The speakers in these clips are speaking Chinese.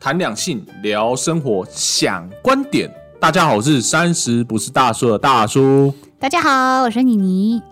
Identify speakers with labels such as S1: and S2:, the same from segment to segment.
S1: 谈两性，聊生活，想观点。大家好，我是三十不是大叔的大叔。
S2: 大家好，我是妮妮。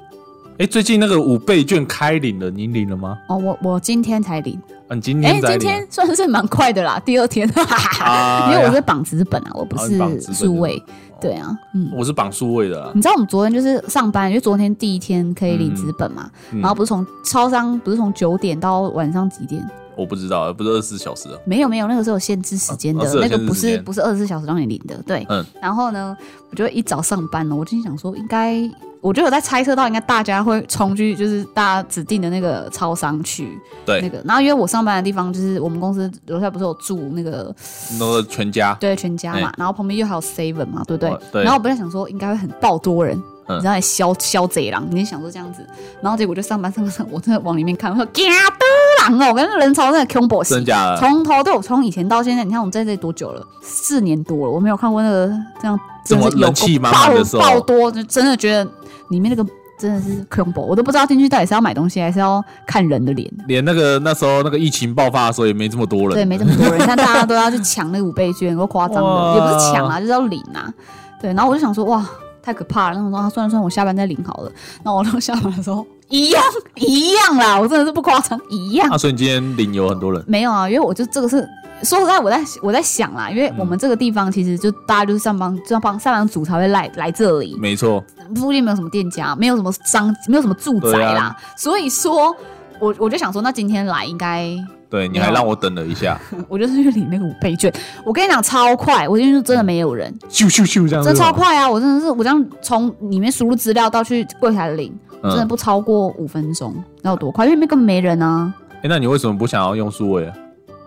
S1: 哎，最近那个五倍券开领了，你领了吗？
S2: 哦，我我今天才领，
S1: 啊，你今
S2: 哎、
S1: 天才
S2: 今
S1: 领
S2: 天算是蛮快的啦，第 二天，哈哈哈。
S1: 啊？
S2: 因为我是
S1: 呀
S2: 绑纸本啊，我不
S1: 哦你绑
S2: 是
S1: 纸本
S2: 数位
S1: 哦，
S2: 对啊，嗯。
S1: 我是绑数位的啊，
S2: 你知道我们昨天就是上班，因为昨天第一天可以领
S1: 嗯
S2: 纸本嘛，
S1: 嗯
S2: 然后不是从超商不是从九点到晚上几点？
S1: 我不知道，不是二十四小时啊。
S2: 没有没有，那个是有限制时间的，
S1: 哦是有
S2: 那个
S1: 限制
S2: 不
S1: 时
S2: 是
S1: 间
S2: 不是二十四小时让你领的，对。
S1: 嗯
S2: 然后呢，我就一早上班了，我就想说应该，我就有在猜测到应该大家会冲去就是大家指定的那个超商去
S1: 对
S2: 那个，然后因为我上班的地方就是我们公司楼下不是有住那
S1: 嗯
S2: 个
S1: 那个全家，
S2: 对全家嘛，
S1: 哎
S2: 然后旁边又还有 seven 嘛，对不对？
S1: 哦对
S2: 然后我本来想说应该会很爆多人，
S1: 嗯
S2: 你知道在消消贼狼，你就想说这样子，然后结果就上班上班上班，我真的往里面看，我说假的狼哦，我跟那个人潮那个 combo
S1: 真假的？
S2: 从头对我从以前到现在，你看我们在这里多久了？四年多了，我没有看过那个这样，
S1: 这
S2: 真
S1: 么
S2: 的是有
S1: 人气
S2: 够
S1: 满满的时候
S2: 爆爆多，就真的觉得里面那个真的是 combo，我都不知道进去到底是要买东西还是要看人的脸。
S1: 连那个那时候那个疫情爆发的时候也没这么多人，
S2: 对，没这么多人，但大家都要去抢那个五倍券，够夸张的，
S1: 哇
S2: 也不是抢啊，就是要领啊。对，然后我就想说，哇，太可怕了。然后我说，啊，算了算了，我下班再领好了。然后我到下班的时候，一样一样啦，我真的是不夸张，一 样
S1: 啊，所以你今天领有很多人，
S2: 没有啊，因为我就这个是说实在，我在我在想啦，因为我们
S1: 嗯
S2: 这个地方其实就大家就是上班上班上班族才会来来这里，
S1: 没错，
S2: 附近没有什么店家，没有什么商，没有什么住宅
S1: 对
S2: 啦，
S1: 啊
S2: 所以说。我我就想说，那今天来应该，
S1: 对，你
S2: 没
S1: 还
S2: 有
S1: 让我等了一 下，
S2: 我就是去领那个五倍券。我跟你讲，超快，我进去真的没有人，
S1: 咻咻咻这样子
S2: 真
S1: 吗，
S2: 超快啊！我真的是，我这样从里面输入资料到去柜台领，
S1: 嗯
S2: 真的不超过五分钟，那有多快？因为那边根本没人啊。
S1: 哎、那你为什么不想要用数位啊？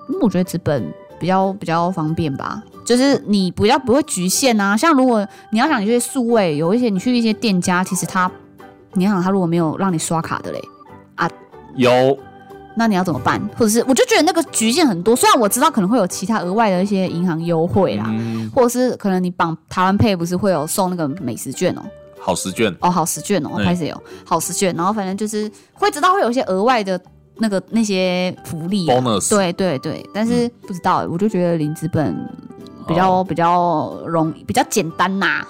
S2: 嗯我觉得纸本比较比较方便吧，就是你不要不会局限啊。像如果你要想你去数位，有一些你去一些店家，其实他，你要想他如果没有让你刷卡的嘞，
S1: 有，
S2: 那你要怎么办？或者是我就觉得那个局限很多。虽然我知道可能会有其他额外的一些银行优惠啦，
S1: 嗯，
S2: 或者是可能你绑台湾配不是会有送那个美食券哦、
S1: 好时券，
S2: 哦，好十卷哦，
S1: 嗯
S2: 拍谁有好十卷，然后反正就是会知道会有一些额外的那个那些福利啊、
S1: Bonus
S2: 对对对，但是
S1: 嗯
S2: 不知道、欸，我就觉得零资本比较、
S1: 哦
S2: 比较容易，比较简单呐、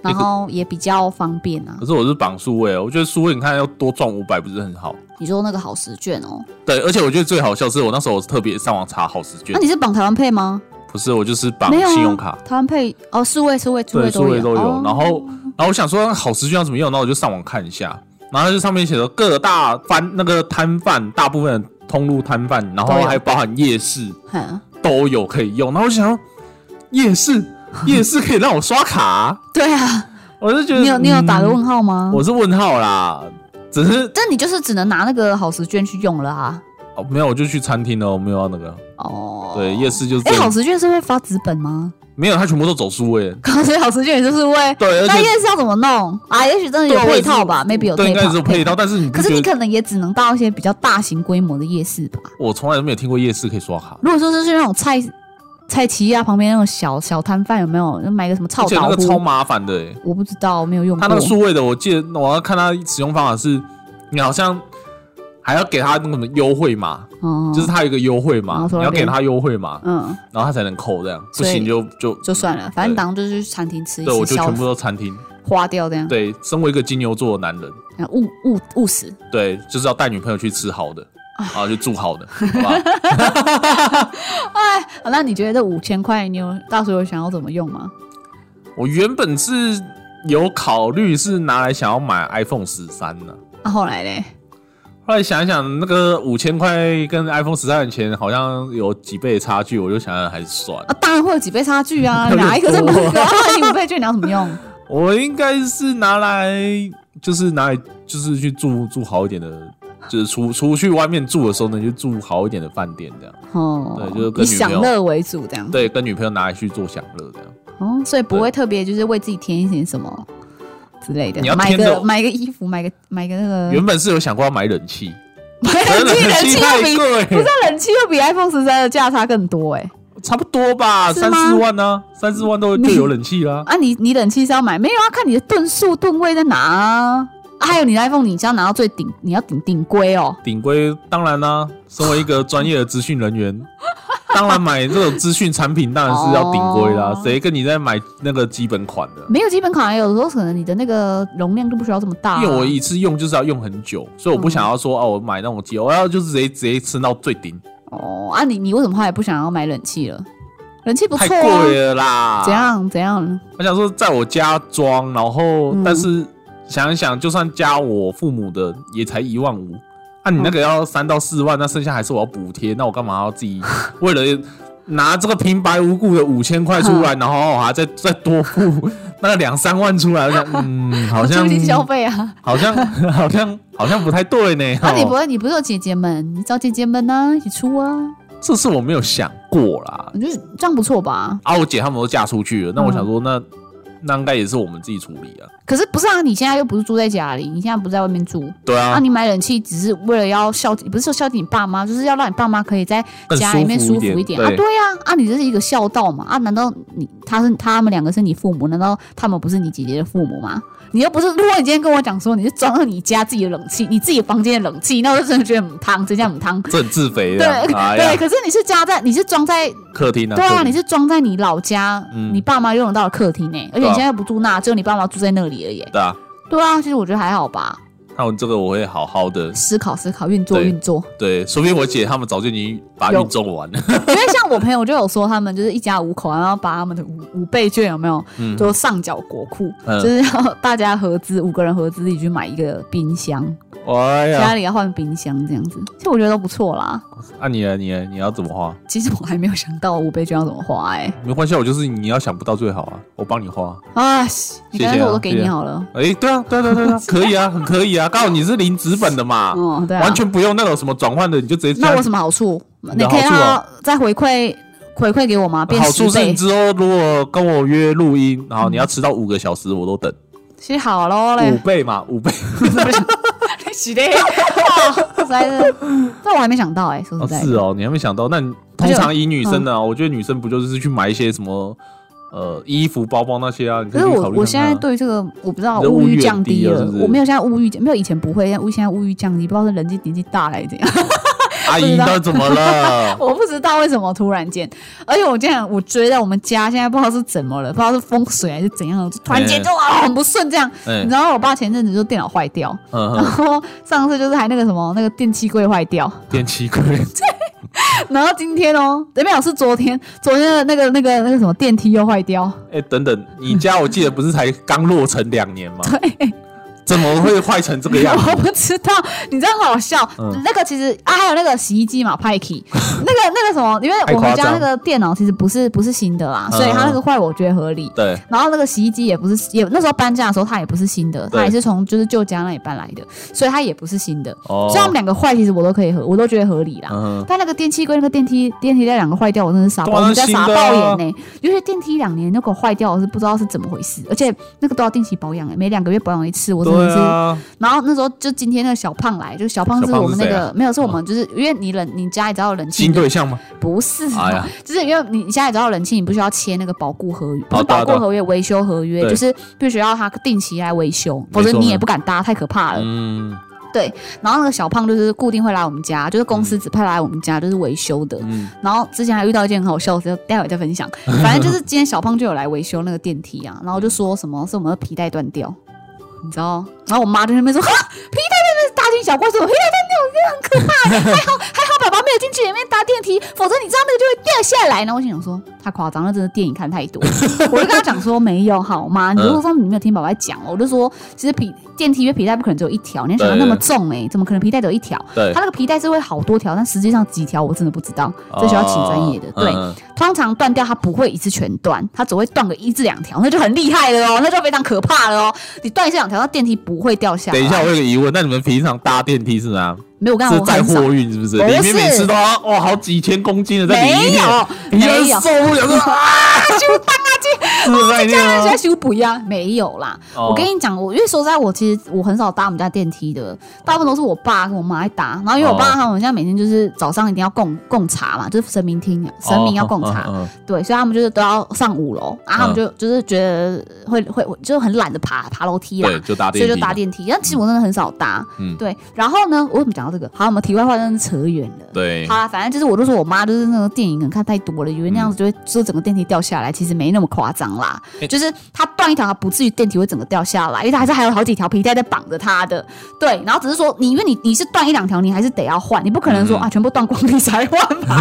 S2: 然后也比较方便啊
S1: 可。是我是绑数位哦，我觉得数位你看要多赚五百不是很好？
S2: 你说那个好十卷哦，
S1: 对，而且我觉得最好笑是我那时候我特别上网查好时券
S2: 那，啊你是绑台湾配吗？
S1: 不是我就是绑
S2: 没有啊
S1: 信用卡，
S2: 台湾配哦，数位数位数
S1: 对，
S2: 位
S1: 数位都有。
S2: 哦
S1: 然后，然后我想说好时券要怎么用，然后我就上网看一下，然后就上面写着各大摊那个摊贩，大部分的通路摊贩，然后
S2: 都有
S1: 还包含夜市
S2: 哼
S1: 都有可以用。然后我就想说，夜市夜市可以让我刷卡、
S2: 对啊，
S1: 我就觉得
S2: 你有你有打个
S1: 嗯
S2: 问号吗？
S1: 我是问号啦，只是
S2: 但你就是只能拿那个好十卷去用了啊。
S1: 哦没有，我就去餐厅了，我没有要那个。
S2: 哦，
S1: 对，夜市就是这
S2: 哎、
S1: 样
S2: 好十卷是会发纸本吗？
S1: 没有，他全部都走数位。
S2: 可是好吃卷就是会。
S1: 对，而
S2: 那
S1: 且
S2: 夜市要怎么弄啊？也许真的有配套吧，maybe 有
S1: 对
S2: 配
S1: 应该是
S2: 套。
S1: 有配套，但是你不
S2: 可是
S1: 觉
S2: 你
S1: 得
S2: 可能也只能到一些比较大型规模的夜市吧。
S1: 我从来都没有听过夜市可以刷卡，
S2: 如果说是去那种菜菜奇亚旁边那种小小摊贩，有没有买个什么
S1: 而
S2: 臭
S1: 且那
S2: 豆
S1: 个超
S2: 腐？
S1: 麻烦的欸、
S2: 我不知道，我没有用
S1: 他
S2: 过。
S1: 那个数位的，我记得我要看他使用方法是，你好像还要给他那个什么优惠码，
S2: 嗯
S1: 就是他有一个优惠
S2: 然
S1: 码
S2: 后，从
S1: 你
S2: 那
S1: 要
S2: 边
S1: 给他优惠码，
S2: 嗯，
S1: 然后他才能扣这样，不
S2: 哦所以
S1: 行就就嗯
S2: 就算了，反正
S1: 对
S2: 当就是去餐厅吃一
S1: 对我
S2: 吃，
S1: 就
S2: 消
S1: 全部都餐厅。
S2: 花掉这样，
S1: 对，身为一个金牛座的男人，
S2: 啊务务务 实。
S1: 对，就是要带女朋友去吃好的，然后去住好的，好吧？
S2: 啊那你觉得这五千块，你有到时候有想要怎么用吗？
S1: 我原本是有考虑是拿来想要买 iPhone 十三呢。
S2: 啊，后来嘞，
S1: 后来想一想，那个五千块跟 iPhone 十三的钱好像有几倍的差距，我就想想还是算了。
S2: 啊，当然会有几倍差距啊，
S1: 有点
S2: 哪一个这么
S1: 多啊
S2: 高？啊你五倍券你要怎么用？
S1: 我应该是拿来，就是拿来，就是去住住好一点的，就是出出去外面住的时候呢，就住好一点的饭店这样。
S2: 哦，
S1: 对就是跟
S2: 以
S1: 女朋
S2: 享
S1: 友
S2: 乐为主这样。
S1: 对，跟女朋友拿来去做享乐这样。
S2: 哦，所以不会特别就是为自己添一点什么之类的，
S1: 你要
S2: 买
S1: 添
S2: 个
S1: 肉
S2: 买个衣服，买个买个那个
S1: 原，本是有想过要买冷气，
S2: 买
S1: 可是
S2: 冷气冷气
S1: 太
S2: 又比不
S1: 贵
S2: 是，冷气又比 iPhone 十三的价差更多哎。
S1: 差不多吧，
S2: 是
S1: 三
S2: 吗
S1: 四万呢、三四万都就有冷气啦。
S2: 啊，你你冷气是要买没有啊？看你的吨数吨位在哪啊？啊还有你的 iPhone 你是要拿到最顶，你要顶顶规哦。
S1: 顶规当然啦、身为一个专业的资讯人员，当然买这种资讯产品当然是要顶规啦
S2: 哦，
S1: 谁跟你在买那个基本款的？
S2: 没有基本款，有的时候可能你的那个容量就不需要这么大、
S1: 因为我一次用就是要用很久，所以我不想要说哦，我买那种机，我要就是直接直接吃到最顶，
S2: 哦啊你，你为什么后来不想要买冷气了？冷气不错、
S1: 太
S2: 啊，
S1: 贵了啦。
S2: 怎？样怎样？
S1: 我想说在我家装，然后
S2: 嗯
S1: 但是想一想，就算加我父母的也才一万五，啊，你那个要三到四万，那剩下还是我要补贴，那我干嘛要自己为了？拿这个平白无故的五千块出 来，然后我还再再多付那个两三万出来， 我想，嗯，好像
S2: 促进消费啊！
S1: 好像好像好像不太对呢。
S2: 那、你
S1: 哦
S2: 不啊会，你不是有姐姐们，你找姐姐们呢、一起出啊？
S1: 这次我没有想过啦。
S2: 我觉得这样不错吧？
S1: 啊，我姐他们都嫁出去了，那我想说，那那应该也是我们自己处理啊。
S2: 可是不是啊？你现在又不是住在家里，你现在不是在外面住，
S1: 对
S2: 那、
S1: 啊，
S2: 你买冷气只是为了要孝敬，不是说孝敬你爸妈，就是要让你爸妈可以在
S1: 更
S2: 家里面
S1: 舒
S2: 舒
S1: 服
S2: 服
S1: 一
S2: 一
S1: 点
S2: 点啊。
S1: 对
S2: 对啊，啊，你这是一个孝道嘛？啊，难道你他是他们两个是你父母？难道他们不是你姐姐的父母吗？你又不是，如果你今天跟我讲说你是装到你家自己的冷气，你自己房间的冷气，那我就真的觉得很汤，真叫很汤。
S1: 这很自肥
S2: 对、
S1: 的啊。哎
S2: 对，
S1: 呀，
S2: 可是你是加在，你是装在，
S1: 客厅啊，
S2: 对啊，
S1: 客厅
S2: 你是装在你老家，
S1: 嗯
S2: 你爸妈用得到的客厅呢、欸而且
S1: 对
S2: 你
S1: 啊
S2: 现在又不住那，只有你爸妈住在那里而已。
S1: 对啊。
S2: 对啊，其实我觉得还好吧，
S1: 那我这个我会好好的，
S2: 思考思考，运作
S1: 对
S2: 运作。
S1: 对，说不定我姐他们早就已经把
S2: 有
S1: 运种 完了，
S2: 因为像我朋友就有说，他们就是一家五口，然后把他们的五五倍券有没有，
S1: 嗯
S2: 就上缴国库，
S1: 嗯
S2: 就是要大家合资，五个人合资自己去买一个冰箱，
S1: 哎呀
S2: 家，里要换冰箱这样子，其实我觉得都不错啦。
S1: 那啊你呢？你呢？你要怎么花？
S2: 其实我还没有想到五倍券要怎么花哎、
S1: 没关系啊，我就是你要想不到最好啊，我帮你花。
S2: 啊，你
S1: 谢谢啊
S2: 干脆我都给
S1: 谢
S2: 你
S1: 谢啊
S2: 好了。
S1: 哎，对啊，对啊对啊 对啊，可以啊，很可以啊。刚好你是零纸本的嘛，
S2: 哦，对啊，
S1: 完全不用那种什么转换的，你就直接
S2: 那我
S1: 加
S2: 有什么好处？
S1: 的
S2: 你可以
S1: 好
S2: 让
S1: 处啊
S2: 他再回馈回馈给我吗？变
S1: 好
S2: 十
S1: 处是你
S2: 倍，
S1: 之后如果跟我约录音，然后你要迟到五个小时，我都等
S2: 其实好喽
S1: 五
S2: 嘞，
S1: 倍嘛，五倍。
S2: 是的，实在是，这我还没想到哎、说实
S1: 哦
S2: 在的。
S1: 是哦，你还没想到。那你通
S2: 而且嗯
S1: 常以女生的啊，我觉得女生不就是去买一些什么呃衣服、包包那些啊？你
S2: 可
S1: 以
S2: 是
S1: 去
S2: 我
S1: 考虑
S2: 我
S1: 看
S2: 现
S1: 看
S2: 在
S1: 啊
S2: 对这个我不知道
S1: 你的物
S2: 物
S1: 欲
S2: 欲
S1: 很
S2: 降
S1: 低
S2: 低
S1: 了
S2: 了，
S1: 是不是
S2: 我没有现在物欲没有以前不会，现在物现在物欲降低，不知道是人家年纪大了还是怎样，
S1: 阿
S2: 不
S1: 姨
S2: 知道？
S1: 那怎么了
S2: 我不知道为什么突然间，而且我竟然我追到我们家，现在不知道是怎么了，不知道是风水还是怎样，就突然
S1: 嗯
S2: 间就啊很不顺这样。
S1: 哎
S2: 你知，道我爸前阵子就电脑坏掉，
S1: 嗯
S2: 然
S1: 哼，
S2: 后上次就是还那个什么那个电器柜坏掉，
S1: 电器柜，
S2: 然后今天哦，对没有是昨天，昨天的那个那个那个什么电梯又坏掉，
S1: 哎，等等，你家我记得不是才刚落成两年吗？ 怎么会坏成这个样子
S2: 我？不知道，你这样好笑。
S1: 嗯
S2: 那个其实啊，还有那个洗衣机嘛 p i k e 那个那个什么，因为我
S1: 太
S2: 们
S1: 夸张
S2: 家那个电脑其实不是不是新的啦，
S1: 嗯
S2: 所以它那个坏我觉得合理。
S1: 对，
S2: 然后那个洗衣机也不是，也那时候搬家的时候它也不是新的，
S1: 对
S2: 它也是从就是旧家那里搬来的，所以它也不是新的。
S1: 哦
S2: 所以，他们两个坏，其实我都可以合，我都觉得合理啦。
S1: 嗯哼，
S2: 但那个电器柜、那个电梯、电梯那两个坏掉，我真的是傻爆，
S1: 对啊
S2: 我们家
S1: 那是
S2: 傻
S1: 新的啊
S2: 爆眼呢、因为电梯两年那个坏掉，我是不知道是怎么回事，而且那个都要定期保养、欸，每两个月保养一次，我真的
S1: 对
S2: 是。
S1: 啊，
S2: 然后那时候就今天那个小胖来，就小胖是我们
S1: 小胖
S2: 那
S1: 是谁啊嗯
S2: 个、没有是我们，就是因为你冷你家里只要有冷气，
S1: 新对象吗？
S2: 不是，
S1: 哎呀
S2: 就是因为你家里只要有冷气，你不需要签那个保固合约，不是
S1: 对啊
S2: 保固合约，维修合约，
S1: 对
S2: 就是必须要他定期来维修，
S1: 没
S2: 否
S1: 错
S2: 则你也不敢搭，太可怕了。
S1: 嗯
S2: 然后那个小胖就是固定会来我们家，就是公司只派来我们家就是维修的。
S1: 嗯，
S2: 然后之前还遇到一件很好笑的事，待会再分享。反正就是今天小胖就有来维修那个电梯啊，然后就说什么是我们的皮带断掉，你知道？然后我妈就在那边说，哈，皮带那边大惊小怪，说皮带断掉，我觉得很可怕。还好还好，爸爸没有进去里面搭电梯，否则你知道那个就会掉下来。然后我心想说，太夸张了，真的电影看太多。我就跟他讲说没有好吗？你如果说你没有听爸爸讲哦，我就说其实皮电梯因为皮带不可能只有一条，你要想到那么重哎、怎么可能皮带只有一条？
S1: 对
S2: 它，那个皮带是会好多条，但实际上几条我真的不知道，这需要请专业的。
S1: 哦
S2: 对，
S1: 嗯
S2: 通常断掉它不会一次全断，它只会断个一至两条，那就很厉害了哦，那就非常可怕了哦。你断一次两条，那电梯不会掉下来。
S1: 等一下，我有个疑问，那你们平常搭电梯是吗？
S2: 没有，我刚才
S1: 是
S2: 我
S1: 载
S2: 很少。
S1: 货运是不是？
S2: 不
S1: 里
S2: 是
S1: 面每次都要哇好几千公斤的在里
S2: 没
S1: 面，啊
S2: 有，
S1: 你
S2: 没
S1: 人
S2: 有，
S1: 受不了说啊！
S2: 就当啊就
S1: 是这概念
S2: 现
S1: 吗
S2: 在？修补呀，没有啦。
S1: 哦
S2: 我跟你讲，我因为说实在，我其实我很少搭我们家电梯的，大部分都是我爸跟我妈在搭。然后因为我爸
S1: 哦
S2: 他们现在每天就是早上一定要供供茶嘛，就是神明厅啊，神明要供茶，
S1: 哦嗯嗯
S2: 对，所以他们就是都要上五楼，然后他们就、就是觉得会会就很懒得爬爬楼梯
S1: 嗯
S2: 啦，
S1: 对，就搭
S2: 啊所以
S1: 电
S2: 就
S1: 梯，
S2: 搭电梯。但其实我真的很少搭，
S1: 嗯
S2: 对。然后呢，我怎么讲到这个？好，我们题外话真的扯远了。
S1: 对
S2: 好，啦，反正就是我就说我妈就是那个电影可能看太多了，以为那样子就会就整个电梯掉下来，其实没那么夸张啦。
S1: 欸
S2: 就是它断一条，它不至于电梯会整个掉下来，因为它还是还有好几条皮带在绑着它的。对，然后只是说你因为你你是断一两条，你还是得要换，你不可能说、
S1: 嗯
S2: 啊全部断光 你才换吧，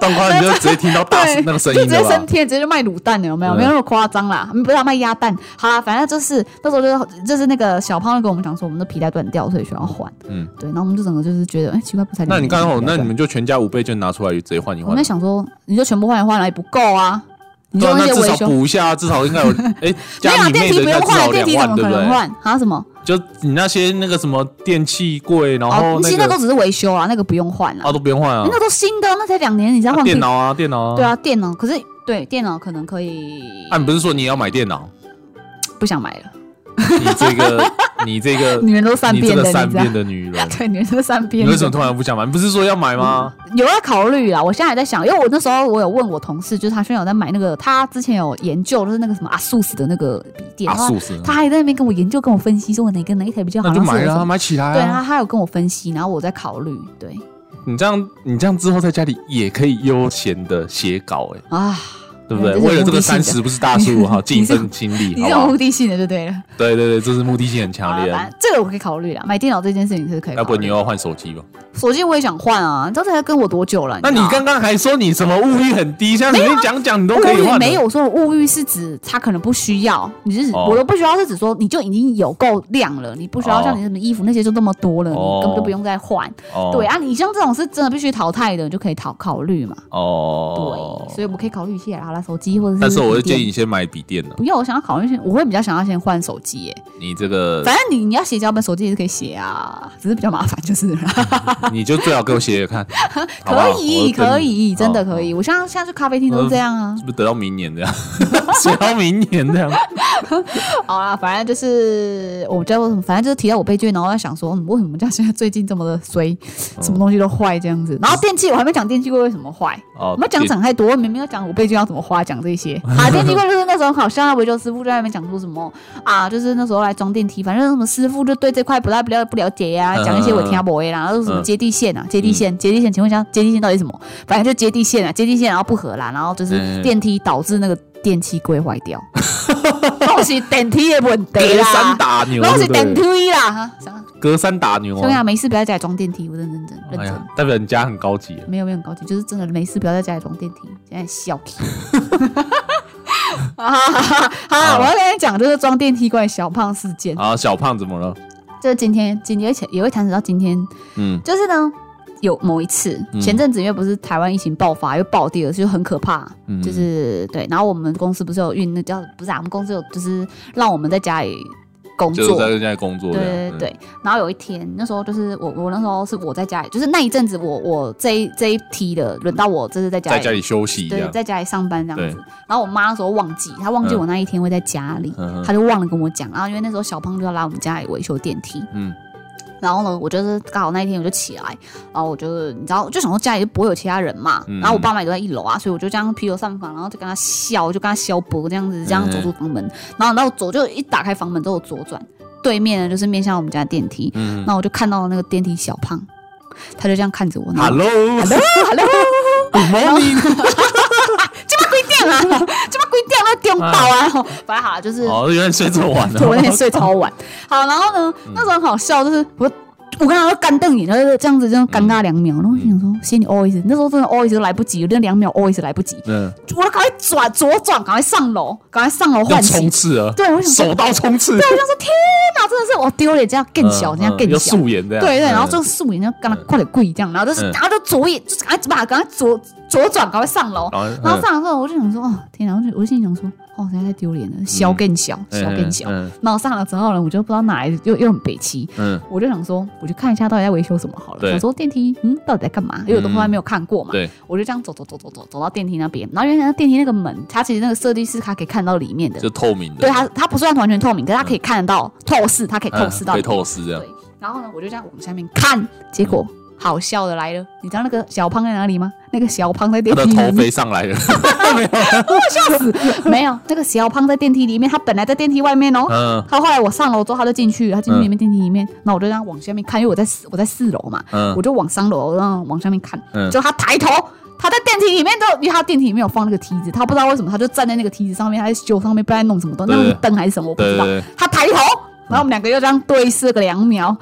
S1: 断光你就直接听到大
S2: 对
S1: 那个声
S2: 就
S1: 音
S2: 直接
S1: 了吧
S2: 升？天，直接就卖卤蛋了，有没有？
S1: 嗯
S2: 没有那么夸张啦，不要卖鸭蛋。好啦，反正就是那时候就是就是那个小胖就跟我们讲说，我们的皮带断掉，所以需要换。
S1: 嗯，
S2: 对，然后我们就整个就是觉得，哎、奇怪，不才
S1: 那
S2: 两
S1: 你
S2: 条
S1: 刚好，
S2: 皮带
S1: 那
S2: 断
S1: 你们就全家五倍券拿出来直接换一
S2: 我
S1: 换
S2: 们在。想说，你就全部换一换了也不够啊，你
S1: 对
S2: 就
S1: 啊，
S2: 那
S1: 那
S2: 些
S1: 至
S2: 维
S1: 少
S2: 修。
S1: 补一下，至少应 该有哎，
S2: 没
S1: 家
S2: 有啊
S1: 里
S2: 电
S1: 面
S2: 梯
S1: 的
S2: 不
S1: 应该
S2: 用
S1: 至少
S2: 换，
S1: 有
S2: 电
S1: 两万，
S2: 梯怎么
S1: 对
S2: 可
S1: 不
S2: 能
S1: 对？
S2: 换？还有什么？
S1: 就你那些那个什么电器柜，然
S2: 哦
S1: 后，
S2: 其
S1: 那
S2: 实那
S1: 个
S2: 都只是维修啊，那个不用换了
S1: 啊，都不用换啊
S2: 那，都新的，那才两年，你才换
S1: 啊
S2: 可以
S1: 电脑啊，电脑啊。
S2: 对，啊，电脑可是对电脑可能可以
S1: 啊，你不是说你要买电脑？
S2: 不想买了，
S1: 你这 个，你这个，
S2: 女人都善
S1: 你这
S2: 变的，
S1: 个
S2: 你
S1: 善
S2: 知道
S1: 变？的女人，
S2: 对，女人都善
S1: 你
S2: 变的。
S1: 为什么突然不想买？你不是说要买吗？
S2: 有在考虑啊，我现在还在想，因为我那时候我有问我同事，就是他虽然有在买那个，他之前有研究就是那个什么阿素斯的那个笔电，
S1: 啊，
S2: 然后
S1: 素食，
S2: 他还在那边跟我研究，跟我分析说哪个哪一台比较好，
S1: 那就
S2: 然后是
S1: 买
S2: 有什
S1: 啊，
S2: 么
S1: 买起来
S2: 对
S1: 啊。
S2: 他他有跟我分析，然后我在考虑。对
S1: 你这样，你这样之后在家里也可以悠闲的写稿，哎，
S2: 啊，
S1: 对不对？
S2: 嗯这是
S1: 为了这
S2: 目的
S1: 个
S2: 性
S1: 三
S2: 的
S1: 十不是大树哈，竞 争心理，好
S2: 你是
S1: 不
S2: 有
S1: 好
S2: 目？的性的就对了。
S1: 对对对，这是目的性很强
S2: 好啊
S1: 烈啊
S2: 啦。反正这个我可以考虑了，啊买电脑这件事情是可以考虑。
S1: 要不然你又要换手机吧？
S2: 手机我也想换啊，你知道这才跟我多久了？
S1: 那你
S2: 知道吗
S1: 刚刚还说你什么物欲很低，现在随便讲讲你都可以
S2: 啊物
S1: 换
S2: 欲
S1: 的。
S2: 没有说物欲是指他可能不需要，你是指、
S1: 哦
S2: 我都不需要是指说你就已经有够量了，你不需要
S1: 哦
S2: 像你什么衣服那些就那么多了，
S1: 哦
S2: 你根本就不用再换。
S1: 哦，
S2: 对啊，你像这种是真的必须淘汰的，你就可以考考虑嘛。
S1: 哦，
S2: 对，所以我们可以考虑一下啦，好啦，手机或者是。
S1: 但是我会建议。你先买笔电的，
S2: 不要，我想要考虑先，我会比较想要先换手机耶、
S1: 你这个
S2: 反正你你要写脚本，手机也是可以写啊，只是比较麻烦就是了。
S1: 你就最好给我写写看，好不好
S2: 可以可以，真的可。以。
S1: 我
S2: 我像现在去咖啡厅都是这样
S1: 跟你好
S2: 啊
S1: 好是。不是得到明年这样？写到明年这样？
S2: 好啦，反正就是我不知道为什么，反正就是提到我被卷，然后在想说，嗯，为什么我们家现在最近这么的衰，什么东西都坏这样子。然后电器我还没讲电器柜为什么坏，
S1: 哦
S2: 我们讲
S1: 电
S2: 讲太多，明明要讲我被卷要怎么花，讲这 些。啊，电器柜就是那时候很好笑，那维修师傅就在那边讲说什么啊，就是那时候来装电梯，反正什么师傅就对这块不太不了不了解呀、
S1: 嗯
S2: 讲一些我听不懂啦，然后说什么
S1: 嗯
S2: 接地线啊，接地线，接地线，请问一下接地线到底是什么？反正就接地线啊，接地线然后不合啦，然后就是
S1: 嗯
S2: 电梯导致那个电器柜坏掉。都是电梯的问题
S1: 隔山
S2: 啦，
S1: 打牛，
S2: 都
S1: 对
S2: 是
S1: 不对
S2: 电梯啦。哈啥？
S1: 隔山打牛
S2: 兄弟啊，
S1: 啊！
S2: 没事不要在家里装电梯，我认认真认
S1: 哎
S2: 真。
S1: 呀，代表你家很高级。
S2: 没有没有很高级，就是真的没事不要在家里装电梯，现在笑屁。 好好好好，我要跟你讲，就是装电梯怪小胖事件，
S1: 啊，小胖怎么了？
S2: 就是今天今天也会谈扯到今天，
S1: 嗯，
S2: 就是呢。有某一次，
S1: 嗯
S2: 前阵子因为不是台湾疫情爆发又爆第二次，就很可怕，
S1: 嗯
S2: 就是对。然后我们公司不是有运那叫不是、啊、我们公司有就是让我们在家里工
S1: 就是
S2: 作，
S1: 在家里工作这样。
S2: 对对
S1: 嗯
S2: 对。然后有一天，那时候就是我，我那时候是我在家里，就是那一阵子我，我这一这一批的轮到我，就是在家
S1: 在
S2: 里，
S1: 家里休息这
S2: 对，
S1: 样。
S2: 在家里上班这样子
S1: 对。
S2: 然后我妈那时候忘记，她忘记
S1: 嗯
S2: 我那一天会在家里，
S1: 嗯哼
S2: 她就忘了跟我讲。然后因为那时候小胖就要来我们家里维修电梯，
S1: 嗯
S2: 然后呢，我就是刚好那一天我就起来，然后我就你知道，就想说家里就不会有其他人嘛，
S1: 嗯
S2: 然后我爸妈也都在一楼啊，所以我就这样披头散发，然后就跟他笑，就跟他消脖这样子，这样走
S1: 嗯
S2: 出房门，然后然后走就一打开房门之后左转，对面呢就是面向我们家的电梯，
S1: 嗯
S2: 那我就看到那个电梯小胖，他就这样看着我，然后
S1: ，Hello，Hello，Good morning。
S2: 这样啊，这么规定那电爆啊，吼反正好啦就是
S1: 哦，原来睡这么晚了。
S2: 对我那天睡超晚。好，然后呢，那时候很好笑，就是我。我看到他干瞪眼，然后就这样子，这样尴尬两秒，然后我心想说，心里 always 那时候真的 always 都来不及，那两秒 always 来不及，
S1: 嗯，
S2: 我要赶快转左转，赶快上楼，赶快上楼
S1: 要
S2: 换
S1: 冲
S2: 洗。
S1: 刺啊！
S2: 对，我想说，
S1: 手到冲刺，
S2: 我想说，天哪，真的是我丢脸，这样更小，这样更
S1: 要
S2: 小。
S1: 素颜这样。
S2: 对对，然后
S1: 嗯
S2: 就素颜，然后赶快快点跪这样，然后就是，
S1: 嗯
S2: 然后就左眼，就是赶快把赶快左左转，赶快上楼。
S1: 然后
S2: 然
S1: 嗯
S2: 后上来之后，我就想说，哦，天哪！我就我心里想说，哦，人家太丢脸了，小更小，小更小。
S1: 嗯
S2: 然后上了之后呢，我就不知道哪来，又又很北齐，
S1: 嗯，
S2: 我就想说，我就看一下到底在维修什么好了。
S1: 对
S2: 想说电梯，嗯，到底在干嘛？因为我都从来没有看过嘛。
S1: 对，
S2: 我就这样走走走走走走到电梯那边，然后原来那电梯那个门，它其实那个设计师他可以看到里面的，
S1: 就透明的，
S2: 对它它不算完全透明，可是它可以看得到、透视，它可以透视
S1: 嗯
S2: 到
S1: 嗯
S2: 里
S1: 被
S2: 面、
S1: 透视这样
S2: 对，然后呢，我就这样往下面看，结果、好笑的来了，你知道那个小胖在哪里吗？那个小胖在电
S1: 他
S2: 梯
S1: 的
S2: 里
S1: 头
S2: 面
S1: 飞上来了，
S2: 没有，那个小胖在电梯里面，他本来在电梯外面哦。
S1: 嗯
S2: 他后来我上楼之后，他就进去了，他进去里面电梯里面，那、我就这样往下面看，因为我在四我在四楼嘛，
S1: 嗯
S2: 我就往三楼，然后往下面看，
S1: 嗯
S2: 就他抬头，他在电梯里面就，因为他电梯里面有放那个梯子，他不知道为什么他就站在那个梯子上面，他在修上面，不知道在弄什么东西，
S1: 对
S2: 那是灯还是什么，我不知道
S1: 对对对。
S2: 他抬头，然后我们两个又这样对视个两秒，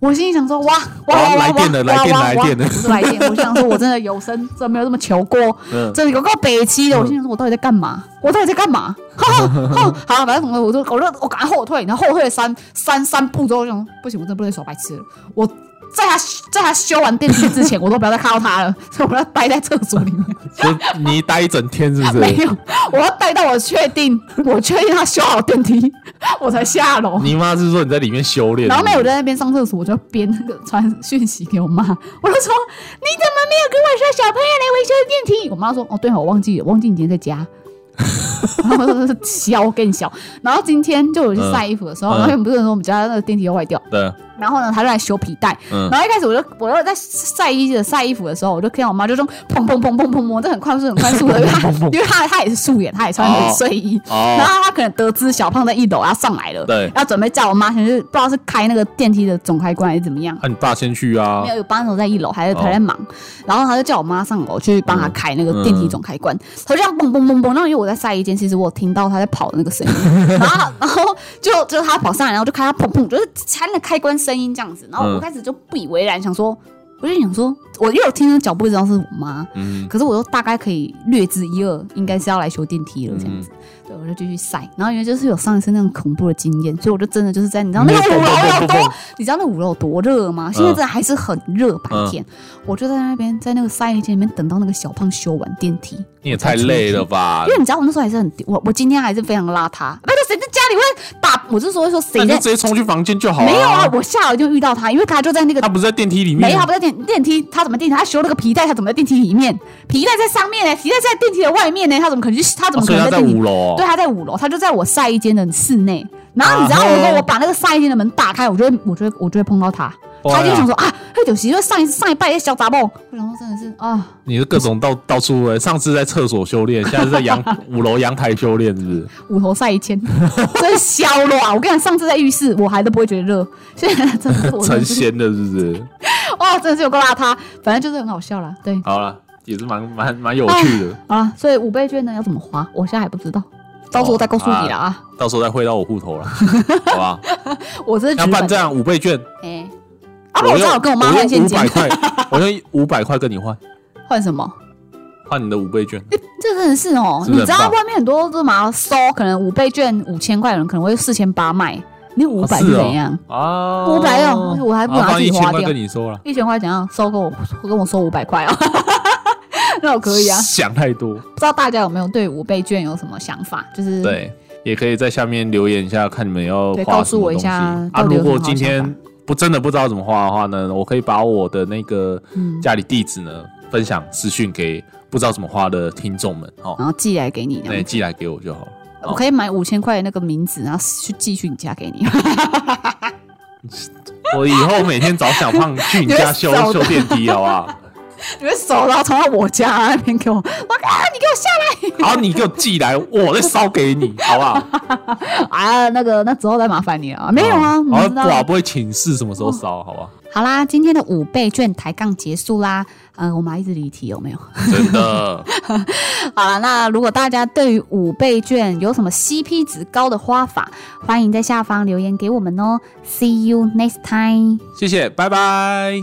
S2: 我心里想说哇哇
S1: 哇
S2: 哇哇
S1: 来电了
S2: 哇
S1: 来电
S2: 哇
S1: 来
S2: 哇
S1: 电了
S2: 不是来电，我想说我真的有生真没有这么求过，
S1: 嗯
S2: 这有个北七的，我心想说，我到底在干嘛？我到底在干嘛？哈哈哈好了，反正我就我就我赶快后退，然后后退了三三三步之后，我想说不行，我真的不能耍白痴了。我在他在他修完电梯之前，我都不要再看到他了，所以我要待在厕所里面。
S1: 就你待一整天是不
S2: 没
S1: 是？
S2: 有，我要待到我确定，我确定他修好电梯，我才下楼。
S1: 你妈是说你在里面修炼？
S2: 然后妹我在那边上厕所，我就边那个传讯息给我妈，我就说你怎么没有跟我说小朋友来维修电梯？我妈说哦，对哦，我忘记了，忘记你今天在家。 然后我说小更小，然后今天就我去晒衣服的时候，
S1: 嗯嗯
S2: 然后我们不是说我们家那个电梯要坏掉，
S1: 对，
S2: 然后呢，他就来修皮带，
S1: 嗯
S2: 然后一开始我就我就在晒衣的晒衣服的时候，我就看到我妈就这种砰砰砰砰砰砰，这很快速很快 速的，因为她因为她她也是素颜，她也穿着睡衣，
S1: 哦
S2: 然后她可能得知小胖在一楼要上来了，
S1: 对
S2: 要准备叫我妈，就是不知道是开那个电梯的总开关还是怎么样。
S1: 那你爸先去啊
S2: 没，有，有帮手在一楼，还在还在忙，然后她就叫我妈上楼去帮她开那个电梯总开关，她就这样蹦蹦蹦蹦。然后因为我在晒衣间，其实我有听到她在跑的那个声音，然后她然后就就她跑上来，然后就看她砰砰，就是她那个开关声音这样子。然后我
S1: 嗯
S2: 开始就不以为然，想说，我就想说，我又有听那个脚步，知道是我妈，
S1: 嗯
S2: 可是我又大概可以略知一二，应该是要来修电梯了这样子。
S1: 嗯
S2: 对，我就继续晒。然后因为就是有上一次那种恐怖的经验，所以我就真的就是在
S1: 嗯
S2: 你知道那个五楼有多，你知道那五楼有多热吗？现在真的还是很热，白
S1: 嗯
S2: 天、我就在那边在那个晒衣间里面等到那个小胖修完电梯，
S1: 你也太累了吧
S2: 因？为你知道我那时候还是很我我今天还是非常邋遢，那个谁在家里会打？我是说
S1: 那
S2: 说谁
S1: 你就
S2: 在
S1: 直？接冲去房间就好了。
S2: 没有啊，，我下楼就遇到他，因为他就在那个
S1: 他不是在电梯里面，
S2: 没有，他不啊在电电梯，他怎么电梯？他修了个皮带，他怎么在电梯里面？皮带在上面呢，皮带在电梯的外面呢，他怎么可能去？他怎
S1: 哦
S2: 么可
S1: 所以
S2: 能
S1: 他在
S2: 电梯？
S1: 五楼哦。
S2: 对，他啊在五楼，他就在我晒衣间的室内。然后你知道，
S1: 啊
S2: 如果
S1: 嘿
S2: 我把那个晒衣间的门打开，我就会，我就会，我就会碰到他。
S1: 哇
S2: 他就想说啊，他有时因为上一上一拜的小杂梦，我想说真的是啊，
S1: 你是各种到到处欸上次在厕所修 炼，现在是在阳五楼阳台修炼，是不是？
S2: 五头晒一 千，真消了啊！我跟你讲，上次在浴室我还都不会觉得热，现在真的 是我真
S1: 成
S2: 的是
S1: 仙了，是不是？
S2: 哦，真的是有够邋遢，反正就是很好笑啦。对，
S1: 好了，也是蛮蛮蛮有趣的，
S2: 好啦，啊所以五倍券呢要怎么花，我现在还不知道，到时候再告诉你
S1: 哦
S2: 了啊。
S1: 到时候再汇到我户 头了，好吧？
S2: 我这是
S1: 要
S2: 举
S1: 不
S2: 本
S1: 然这，样五倍券，
S2: 哎、啊不，我正
S1: 用
S2: 好跟我妈换现
S1: 五
S2: 金
S1: 百，块，我用五百块跟你换，
S2: 换什么？换
S1: 换你的五倍 券，
S2: 这真的是哦，
S1: 是
S2: 你
S1: 不是
S2: 知
S1: 很
S2: 道
S1: 棒
S2: 外面很多都嘛收，可能五倍券五千块，有人可能会四千八卖，你五百
S1: 哦是
S2: 是
S1: 哦
S2: 怎样？
S1: 啊，
S2: 五百哦我还不拿
S1: 啊
S2: 自己
S1: 一千
S2: 花
S1: 块
S2: 掉
S1: 跟你说了，
S2: 一千块怎样收跟我跟我收五百块哦？ 那我可以啊，
S1: 想太多，
S2: 不知道大家有没有对五倍券有什么想法？就是，
S1: 对，也可以在下面留言一下，看你们要
S2: 嗯对
S1: 花
S2: 告
S1: 什
S2: 诉
S1: 么
S2: 我一
S1: 东西
S2: 下
S1: 啊。
S2: 到底有
S1: 如
S2: 什么
S1: 果
S2: 好
S1: 今
S2: 想
S1: 天
S2: 法
S1: 不真的不知道怎么花的话呢，我可以把我的那个
S2: 嗯
S1: 家里地址呢、分享私讯给不知道怎么花的听众们哦，
S2: 然后寄来给你这
S1: 那你
S2: 样。
S1: 寄来给我就好了。
S2: 我可以买五千块的那个名字，然后去寄去你家给你。
S1: 我以后每天找小胖去你
S2: 你
S1: 家
S2: 会
S1: 修
S2: 扫
S1: 修
S2: 的
S1: 电梯，好不 好？
S2: 你们手然后传到我家那边给我，我啊，你给我下
S1: 然后你给我寄来，我再烧给你，好不好？
S2: 啊，那个那之后再麻烦你了啊， 没有啊，
S1: 然
S2: 我
S1: 后
S2: 知
S1: 不
S2: 道
S1: 哦好
S2: 了。
S1: 不会请示什么时候烧，好不好？
S2: 好啦，今天的五倍券抬杠结束啦。呃，我们还一直离题有没有？
S1: 真 的，
S2: 好啦，那如果大家对于五倍券有什么 CP 值高的花法，欢迎在下方留言给我们哦。See you next time。
S1: 谢谢，拜拜。